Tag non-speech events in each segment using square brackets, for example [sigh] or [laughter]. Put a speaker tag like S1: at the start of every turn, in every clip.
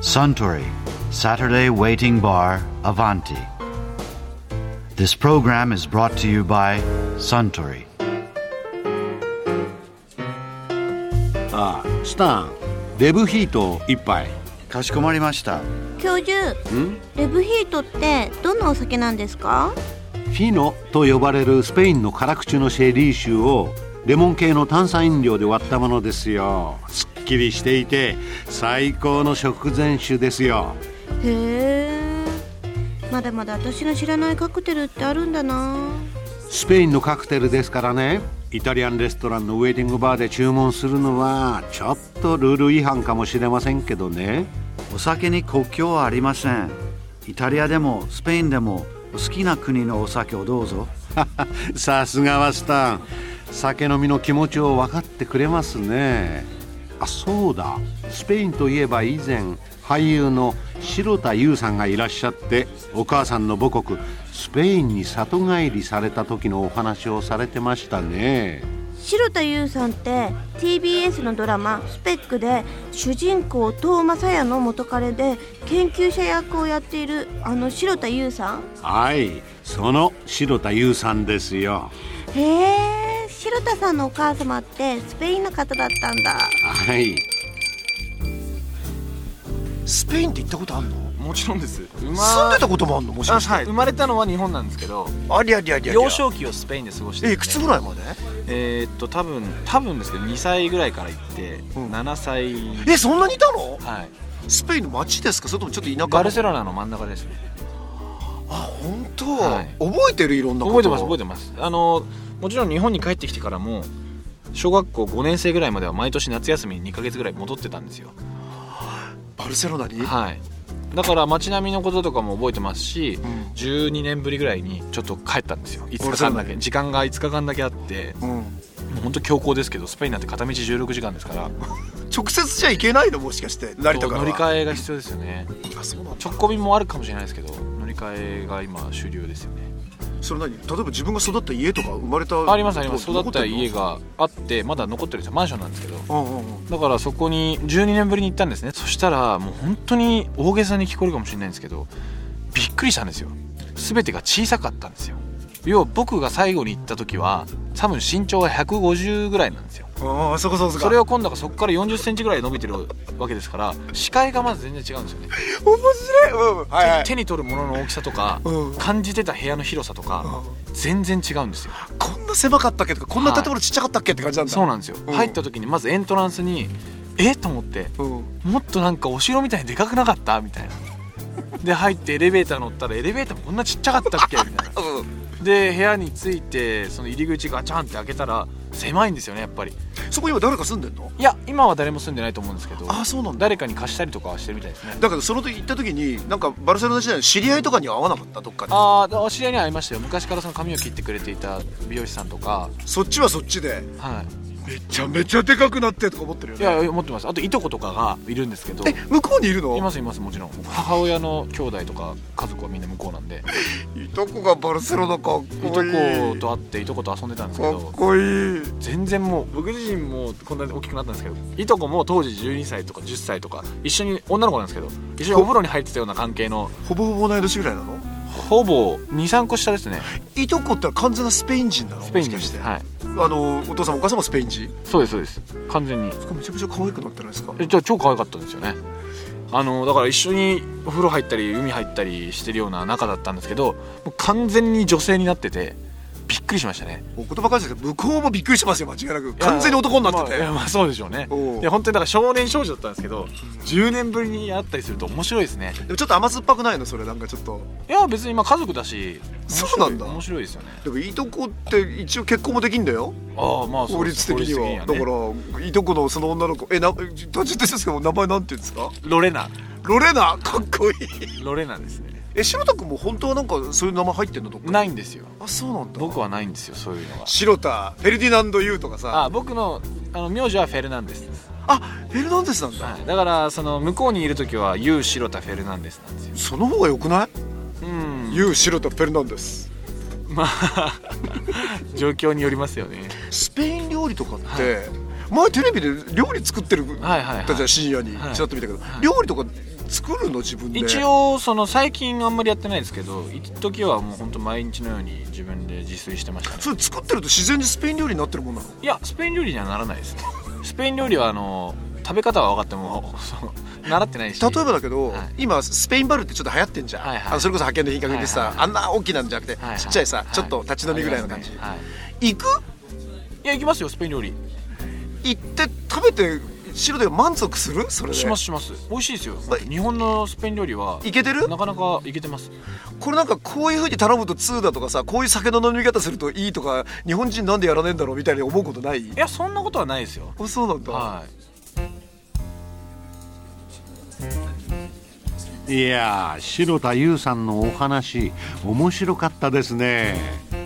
S1: Suntory Saturday Waiting Bar Avanti. This program is brought to you by Suntory.
S2: ああスタンデブヒート一杯
S1: かしこまりました。
S3: 教授レブヒートってどんなお酒なんですか
S2: フィノと呼ばれるスペインの辛口のシェリー酒をレモン系の炭酸飲料で割ったものですよすっきりしていて最高の食前酒ですよ
S3: へえまだまだ私が知らないカクテルってあるんだな
S2: スペインのカクテルですからねイタリアンレストランのウェディングバーで注文するのはちょっとルール違反かもしれませんけどね
S1: お酒に国境はありません。イタリアでもスペインでもお好きな国のお酒をどうぞ。
S2: [laughs] さすがはスタン酒飲みの気持ちを分かってくれますねあそうだスペインといえば以前俳優の城田優さんがいらっしゃってお母さんの母国スペインに里帰りされた時のお話をされてましたね
S3: 白田優さんって TBS のドラマ「スペック」で主人公トーマサヤの元彼で研究者役をやっているあの白田優さん
S2: はいその城田優さんですよ
S3: へえ白田さんのお母様ってスペインの方だったんだ
S2: はい
S4: スペインって行ったことあんの
S5: もちろんです。生
S4: 住んでたこともあんのもしかして、
S5: はい、生まれたのは日本なんですけど、
S4: ありゃりゃりゃりゃ
S5: 幼少期をスペインで過ごして、
S4: えいくつぐらいまで
S5: えーっと多分多分ですけど2歳ぐらいから行って、7歳
S4: えそんなにいたの
S5: はい
S4: スペインの街ですかそれともちょっと田舎
S5: バルセ
S4: ロ
S5: ロナの真ん中ですね。
S4: ナあ本当、
S5: はい
S4: 覚えてるいろんなこと
S5: 覚えてます覚えてます。あのもちろん日本に帰ってきてからも小学校5年生ぐらいまでは毎年夏休みに2ヶ月ぐらい戻ってたんですよ。
S4: バルセロナに、
S5: はい。だから街並みのこととかも覚えてますし、
S4: ん
S5: 12年ぶりぐらいにちょっと帰ったんですよ。5日間だけ時間が5日間だけあって、
S4: うん、
S5: もう本当強行ですけどスペインなんて片道16時間ですから。
S4: 直接じゃ行けないのもしかして成田からは
S5: 乗り換えが必要ですよね
S4: あそうなんだ
S5: 直行便もあるかもしれないですけど乗り換えが今主流ですよね
S4: それ何例えば自分が育った家とか生まれた
S5: ありますあります
S4: とこ
S5: 育
S4: 残っ
S5: っ
S4: てん
S5: た
S4: の
S5: 家があってまだ残ってるんですよマンションなんですけど
S4: うんうんうん
S5: だからそこに12年ぶりに行ったんですねそしたらもう本当に大げさに聞こえるかもしれないんですけどびっくりしたんですよ全てが小さかったんですよ要は僕が最後に行った時は多分身長が150ぐらいなんですよ
S4: ああそこそこそこ
S5: それを今度はそこから4 0ンチぐらい伸びてるわけですから視界がまず全然違うんですよね
S4: 面白い、うんうん、はい、はい
S5: 手、手に取るものの大きさとか、
S4: うん
S5: 感じてた部屋の広さとか、全然違うんですよ
S4: こんな狭かったっけとかこんな建物ちっちゃかったっけって感じなんだ、
S5: そうなんですよ、
S4: うん
S5: 入った時にまずエントランスにえと思って
S4: うん
S5: もっとなんかお城みたいにでかくなかったみたいなで入ってエレベーター乗ったらエレベーターもこんなちっちゃかったっけみたいな
S4: うん、
S5: で部屋に着いてその入り口ガチャンって開けたら狭いんですよねやっぱり
S4: そこ今誰か住んでんの
S5: いや今は誰も住んでないと思うんですけど
S4: あそうなんだ
S5: 誰かに貸したりとかはしてるみたいですね
S4: だけどその時行った時になんかバルセロナ時代の知り合いとかには会わなかったどっかで
S5: ああお知り合いには会いましたよ昔からその髪を切ってくれていた美容師さんとか
S4: そっちはそっちで
S5: はい
S4: めちゃめちゃでかくなってとか思ってるよ
S5: い
S4: ね
S5: やいや持ってますあといとことかがいるんですけど
S4: え向こうにいる
S5: い
S4: の
S5: ますいますもちろん母親の兄弟とか家族はみんな向こうなんで
S4: いとこがバルセロナかっこいい
S5: いとこと会っていとこと遊んでたんですけ
S4: かっ
S5: ど
S4: こいい
S5: 全然もう僕自身もこんなに大きくなったんですけどいとこも当時12歳とか10歳とか一緒に女の子なんですけど一緒にお風呂に入ってたような関係の
S4: ほぼほぼ同い年ぐらいなの
S5: ほぼ23個下ですね
S4: いとこって完全なスペイン人なの
S5: スペイン人
S4: も
S5: で
S4: しかし
S5: す
S4: て、
S5: はい
S4: あのお父さんもお母さんもスペイン人
S5: そうですそうです完全に
S4: そこめちゃめちゃ可愛くなってないですか
S5: えじゃあ超可愛かったんですよねあのだから一緒にお風呂入ったり海入ったりしてるような仲だったんですけどもう完全に女性になっててびっくりしましたね
S4: お言葉返しですけど向こうもびっくりしてますよ間違いなく完全に男になって
S5: まあい
S4: て、
S5: や [laughs] まあそうでしょうね
S4: おう
S5: いや本当にだから少年少女だったんですけど10年ぶりに会ったりすると面白いですね
S4: でもちょっと甘酸っぱくないのそれなんかちょっと
S5: いや別にまあ家族だし面白い
S4: そうなんだ
S5: 面白いですよね
S4: でもいとこって一応結婚もできんだよ
S5: ああまあそ
S4: 法
S5: うで
S4: 律
S5: す
S4: 的には
S5: 法律
S4: だ
S5: 的
S4: か
S5: にはね
S4: らいとこのその女の子えな単純ですけど名前なんて言うんですか
S5: ロレナ
S4: ロレナかっこいい
S5: ロレナですね
S4: え白田君も本当はなんかそういう名前入ってんのとか
S5: ないいんですよ
S4: あそうなんだ
S5: 僕はないんですよそういうのが
S4: 白田フェルディナンド・ユーとかさ
S5: あ僕のあの名字はフェルナンデスです
S4: あフェルナンデスなんだ、
S5: はい、だからその向こうにいる時は「ユー・シロタ・フェルナンデス」なんですよ
S4: その方が良くない
S5: うん
S4: ユー白田フェルナンデス
S5: まあ [laughs] 状況によりますよね
S4: スペイン料理とかって、前テレビで料理作ってる
S5: はいはいはい
S4: だったじゃん深夜に
S5: はい
S4: ちらっと見たけど、料理とか作るの自分で
S5: 一応その最近あんまりやってないですけど一時はもう本当毎日のように自分で自炊してましたね
S4: それ作ってると自然にスペイン料理になってるもんなの
S5: いやスペイン料理にはならないですね [laughs] スペイン料理はあの食べ方は分かっても [laughs] その習ってないし
S4: 例えばだけど、
S5: はい
S4: 今スペインバルってちょっと流行ってんじゃん、
S5: はいはい
S4: あのそれこそ派遣の品格でさ、
S5: はいはい
S4: あんな大きなんじゃなくて、
S5: はいはい
S4: ちっちゃいさ、
S5: は
S4: ちょっと立ち飲みぐらいの感じ、
S5: ありますねはい
S4: 行く
S5: いや行きますよスペイン料理
S4: 行って食べて白で満足するそれで
S5: しますします美味しいですよ
S4: はい
S5: 日本のスペイン料理はい
S4: けてる
S5: なかなかいけてます
S4: これなんかこういう風に頼むと2だとかさこういう酒の飲み方するといいとか日本人なんでやらねえんだろうみたいに思うことない
S5: いやそんなことはないですよ
S4: あそうなんだ、
S5: はい
S2: いやー白田優さんのお話面白かったですね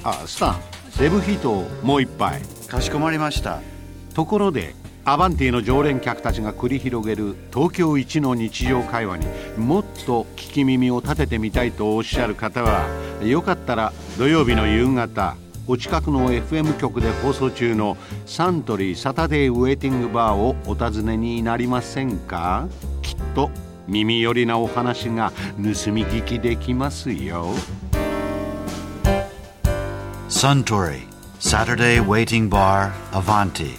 S2: あスタンデブヒートをもう一杯
S1: かしこまりました
S2: ところでアバンティの常連客たちが繰り広げる東京一の日常会話にもっと聞き耳を立ててみたいとおっしゃる方はよかったら土曜日の夕方お近くの FM 局で放送中のサントリーサタデーウェイティングバーをお尋ねになりませんかきっと耳寄りなお話が盗み聞きできますよ。
S1: Suntory Saturday Waiting Bar Avanti.